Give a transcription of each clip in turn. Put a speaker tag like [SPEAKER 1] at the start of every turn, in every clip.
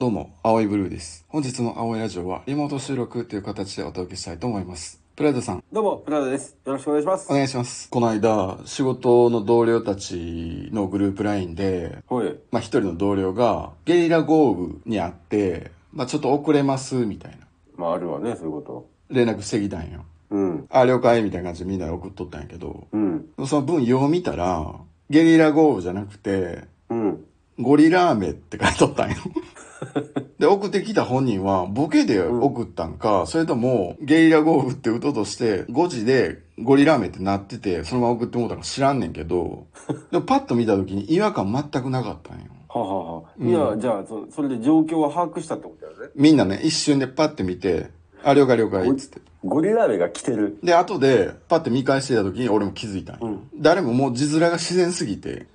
[SPEAKER 1] どうも、青いブルーです。本日の青いラジオはリモート収録という形でお届けしたいと思います。プラダさん。
[SPEAKER 2] どうも、プラダです。よろしくお願いします。
[SPEAKER 1] お願いします。この間、仕事の同僚たちのグループ LINE で、
[SPEAKER 2] はい。
[SPEAKER 1] まあ一人の同僚がゲリラ豪雨にあって、まあちょっと遅れます、みたいな。
[SPEAKER 2] まああるわね、そういうこと。
[SPEAKER 1] 連絡してきたんよ。
[SPEAKER 2] うん。
[SPEAKER 1] あ、了解、みたいな感じでみんなで送っとったんやけど、
[SPEAKER 2] うん。
[SPEAKER 1] その分よう見たら、ゲリラ豪雨じゃなくて、
[SPEAKER 2] うん。
[SPEAKER 1] ゴリラーメって書いと ったんよで、送ってきた本人は、ボケで送ったんか、うん、それとも、ゲリラ豪雨って打とうとして、5時でゴリラーメンってなってて、そのまま送ってもうたか知らんねんけど、 でもパッと見た時に違和感全くなかったんよ。
[SPEAKER 2] ははは。いや、うん、じゃあそ、それで状況は把握したってことだよね。
[SPEAKER 1] みんなね、一瞬でパッて見て、あ、了解了解、つって。
[SPEAKER 2] ゴリラーメンが来てる。
[SPEAKER 1] で、後で、パッて見返してた時に俺も気づいたんよ。うん、誰ももう字面が自然すぎて、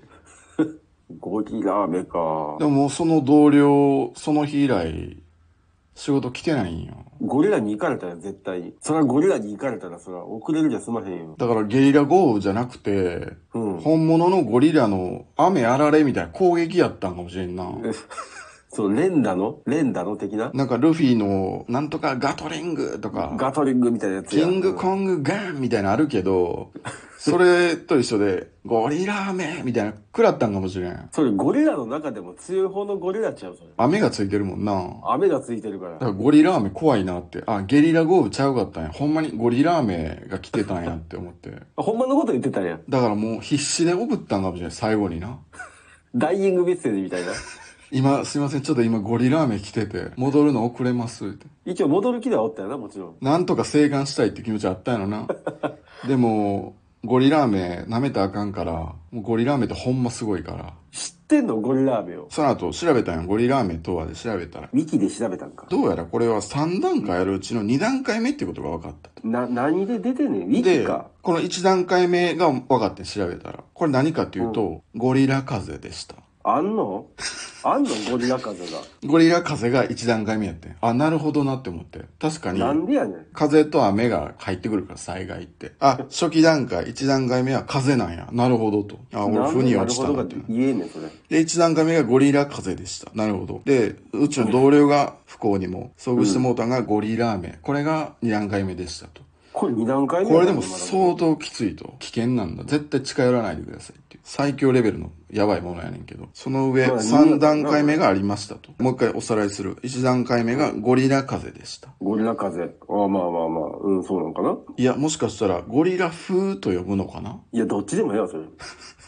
[SPEAKER 2] ゴリラーか。
[SPEAKER 1] でもその同僚、その日以来、仕事来てないんよ。
[SPEAKER 2] ゴリラに行かれたら絶対に。それはゴリラに行かれたらそれは遅れるじゃ済まへんよ。
[SPEAKER 1] だからゲリラ豪雨じゃなくて、
[SPEAKER 2] うん、
[SPEAKER 1] 本物のゴリラの雨あられみたいな攻撃やったんかもしれんな。
[SPEAKER 2] そう、連打の連打の的な
[SPEAKER 1] なんかルフィの、なんとかガトリングとか。
[SPEAKER 2] ガトリングみたいなやつ
[SPEAKER 1] や。キングコングガンみたいなあるけど、それと一緒で、ゴリラ雨みたいな、食らったんかもしれん。
[SPEAKER 2] それゴリラの中でも強い方のゴリラちゃうそれ。
[SPEAKER 1] 雨がついてるもんな。
[SPEAKER 2] 雨がついてるから。だ
[SPEAKER 1] からゴリラ雨怖いなって。あ、ゲリラ豪雨ちゃうかったんや。ほんまにゴリラ雨が来てたんやって思って。
[SPEAKER 2] ほんまのこと言ってたんや。
[SPEAKER 1] だからもう必死で送ったんかもしれん、最後にな。
[SPEAKER 2] ダイイングメッセージみたいな。
[SPEAKER 1] 今、すいません、ちょっと今ゴリラ雨来てて、戻るの遅れますって。
[SPEAKER 2] 一応戻る気ではおったよな、もちろん。
[SPEAKER 1] なんとか請願したいって気持ちあったんやろ な。でも、ゴリラ雨舐めたらあかんから、もうゴリラ雨ってほんますごいから。
[SPEAKER 2] 知ってんのゴリラ雨を。
[SPEAKER 1] その後調べたんや、ゴリラ雨とはで調べたら。
[SPEAKER 2] ミキで調べたんか。
[SPEAKER 1] どうやらこれは3段階あるうちの2段階目ってことが分かったと。
[SPEAKER 2] な、何で出てんねんミキか。
[SPEAKER 1] この1段階目が分かって調べたら。これ何かっていうと、うん、ゴリラ風でした。
[SPEAKER 2] あんのあんのゴリラ風が。
[SPEAKER 1] ゴリラ風が一段階目やって。あ、なるほどなって思って。確かに。
[SPEAKER 2] なんでやねん。
[SPEAKER 1] 風と雨が入ってくるから、災害って。あ、初期段階、一段階目は風なんや。なるほどと。あ、俺、腑に落ちたなって。
[SPEAKER 2] 言えねん、それ。
[SPEAKER 1] で、一段階目がゴリラ風でした。なるほど。で、うちの同僚が不幸にも遭遇してもうたんがゴリラ雨。これが二段階目でしたと。
[SPEAKER 2] これ2段階目
[SPEAKER 1] これでも相当きついと。危険なんだ。絶対近寄らないでくださいっていう。最強レベルのやばいものやねんけど。その上、3段階目がありましたと。もう一回おさらいする。1段階目がゴリラ風でした。
[SPEAKER 2] ゴリラ風。ああ、まあまあまあ。うん、そうなんかない
[SPEAKER 1] や、もしかしたらゴリラ風と呼ぶのかない
[SPEAKER 2] や、どっちでもええわ、それ。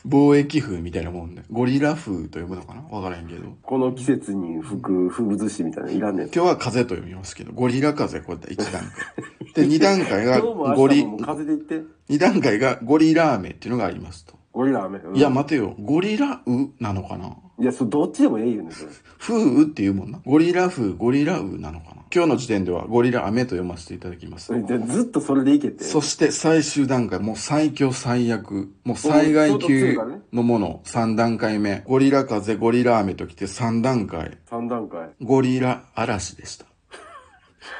[SPEAKER 1] 貿易風みたいなもんで、ね、ゴリラ風と呼ぶのかなわからへんけど。
[SPEAKER 2] この季節に吹く風物詩みたいなのいらんねん。
[SPEAKER 1] 今日は風と呼びますけど、ゴリラ風、こうやって1段階。で、2段階がゴリ、
[SPEAKER 2] 風で言って。
[SPEAKER 1] 2段階がゴリラ雨っていうのがありますと。、
[SPEAKER 2] ゴリラ雨、うん
[SPEAKER 1] いや、待てよ。ゴリラウなのかない
[SPEAKER 2] や、それどっちでもええよね、それ。
[SPEAKER 1] 風っていうもんな。ゴリラ風、ゴリラウなのかな今日の時点ではゴリラ雨と読ませていただきます。
[SPEAKER 2] じゃずっとそれでいけて。
[SPEAKER 1] そして最終段階、もう最強最悪、もう災害級のもの、3段階目。ゴリラ風、ゴリラ雨ときて3段階。
[SPEAKER 2] 3段階。
[SPEAKER 1] ゴリラ嵐でした。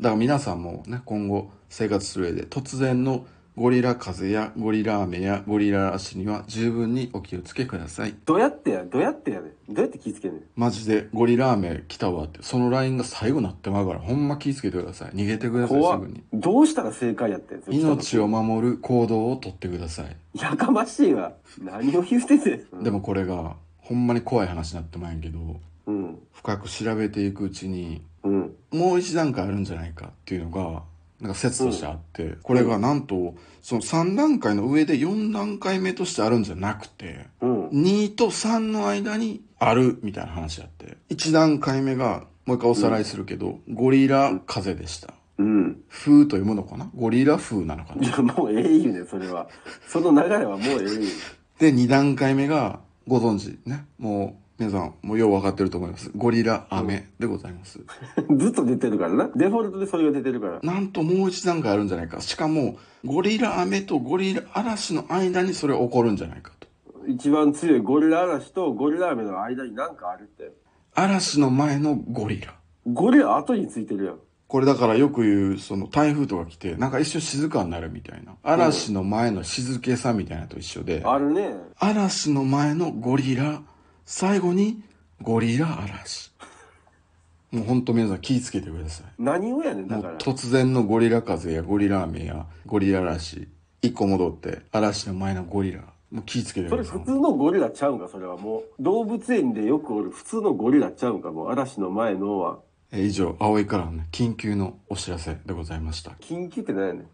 [SPEAKER 1] だから皆さんもね、今後生活する上で突然のゴリラ風やゴリラ雨やゴリラ足には十分にお気をつけください。
[SPEAKER 2] どうやってや、どうやってやねどうやって気ぃつけね
[SPEAKER 1] マジでゴリラ雨来たわって、そのラインが最後なってまうから、ほんま気ぃつけてください。逃げてください、すぐに。
[SPEAKER 2] どうしたら正解やって
[SPEAKER 1] 命を守る行動をとってください。
[SPEAKER 2] やかましいわ。何を言うてて。
[SPEAKER 1] でもこれが、ほんまに怖い話になってまうんやけど、
[SPEAKER 2] うん、
[SPEAKER 1] 深く調べていくうちに、
[SPEAKER 2] うん、
[SPEAKER 1] もう一段階あるんじゃないかっていうのが、なんか説としてあって、うん、これがなんと、その3段階の上で4段階目としてあるんじゃなくて、
[SPEAKER 2] うん、
[SPEAKER 1] 2と3の間にあるみたいな話あって、1段階目が、もう一回おさらいするけど、うん、ゴリラ風でした。
[SPEAKER 2] うん。
[SPEAKER 1] 風というものかなゴリラ風なのかな
[SPEAKER 2] じゃもうええよね、それは。その流れはもうええよ。
[SPEAKER 1] で、2段階目が、ご存知ね、もう、皆さん、もうよう分かってると思います。ゴリラ雨でございます。
[SPEAKER 2] ずっと出てるからな。デフォルトでそれが出てるから。
[SPEAKER 1] なんともう一段階あるんじゃないか。しかも、ゴリラ雨とゴリラ嵐の間にそれ起こるんじゃないかと。
[SPEAKER 2] 一番強いゴリラ嵐とゴリラ雨の間に何かあるって。
[SPEAKER 1] 嵐の前のゴリラ。
[SPEAKER 2] ゴリラ後についてるやん。
[SPEAKER 1] これだからよく言う、その台風とか来て、なんか一瞬静かになるみたいな。嵐の前の静けさみたいなと一緒で。
[SPEAKER 2] あるね。
[SPEAKER 1] 嵐の前のゴリラ。最後にゴリラ嵐。もうほんと皆さん気ぃつけてください。
[SPEAKER 2] 何をやねん、
[SPEAKER 1] も
[SPEAKER 2] だ
[SPEAKER 1] う
[SPEAKER 2] から。
[SPEAKER 1] 突然のゴリラ風やゴリラ雨やゴリラ嵐。一個戻って、嵐の前のゴリラ。もう気ぃつけて
[SPEAKER 2] そ
[SPEAKER 1] く
[SPEAKER 2] れ
[SPEAKER 1] ださ
[SPEAKER 2] 普
[SPEAKER 1] い。
[SPEAKER 2] 通のゴリラちゃうんか、それはもう。動物園でよくおる普通のゴリラちゃうんか、もう嵐の前のは。
[SPEAKER 1] え以上、葵からのね緊急のお知らせでございました。
[SPEAKER 2] 緊急って何やねん。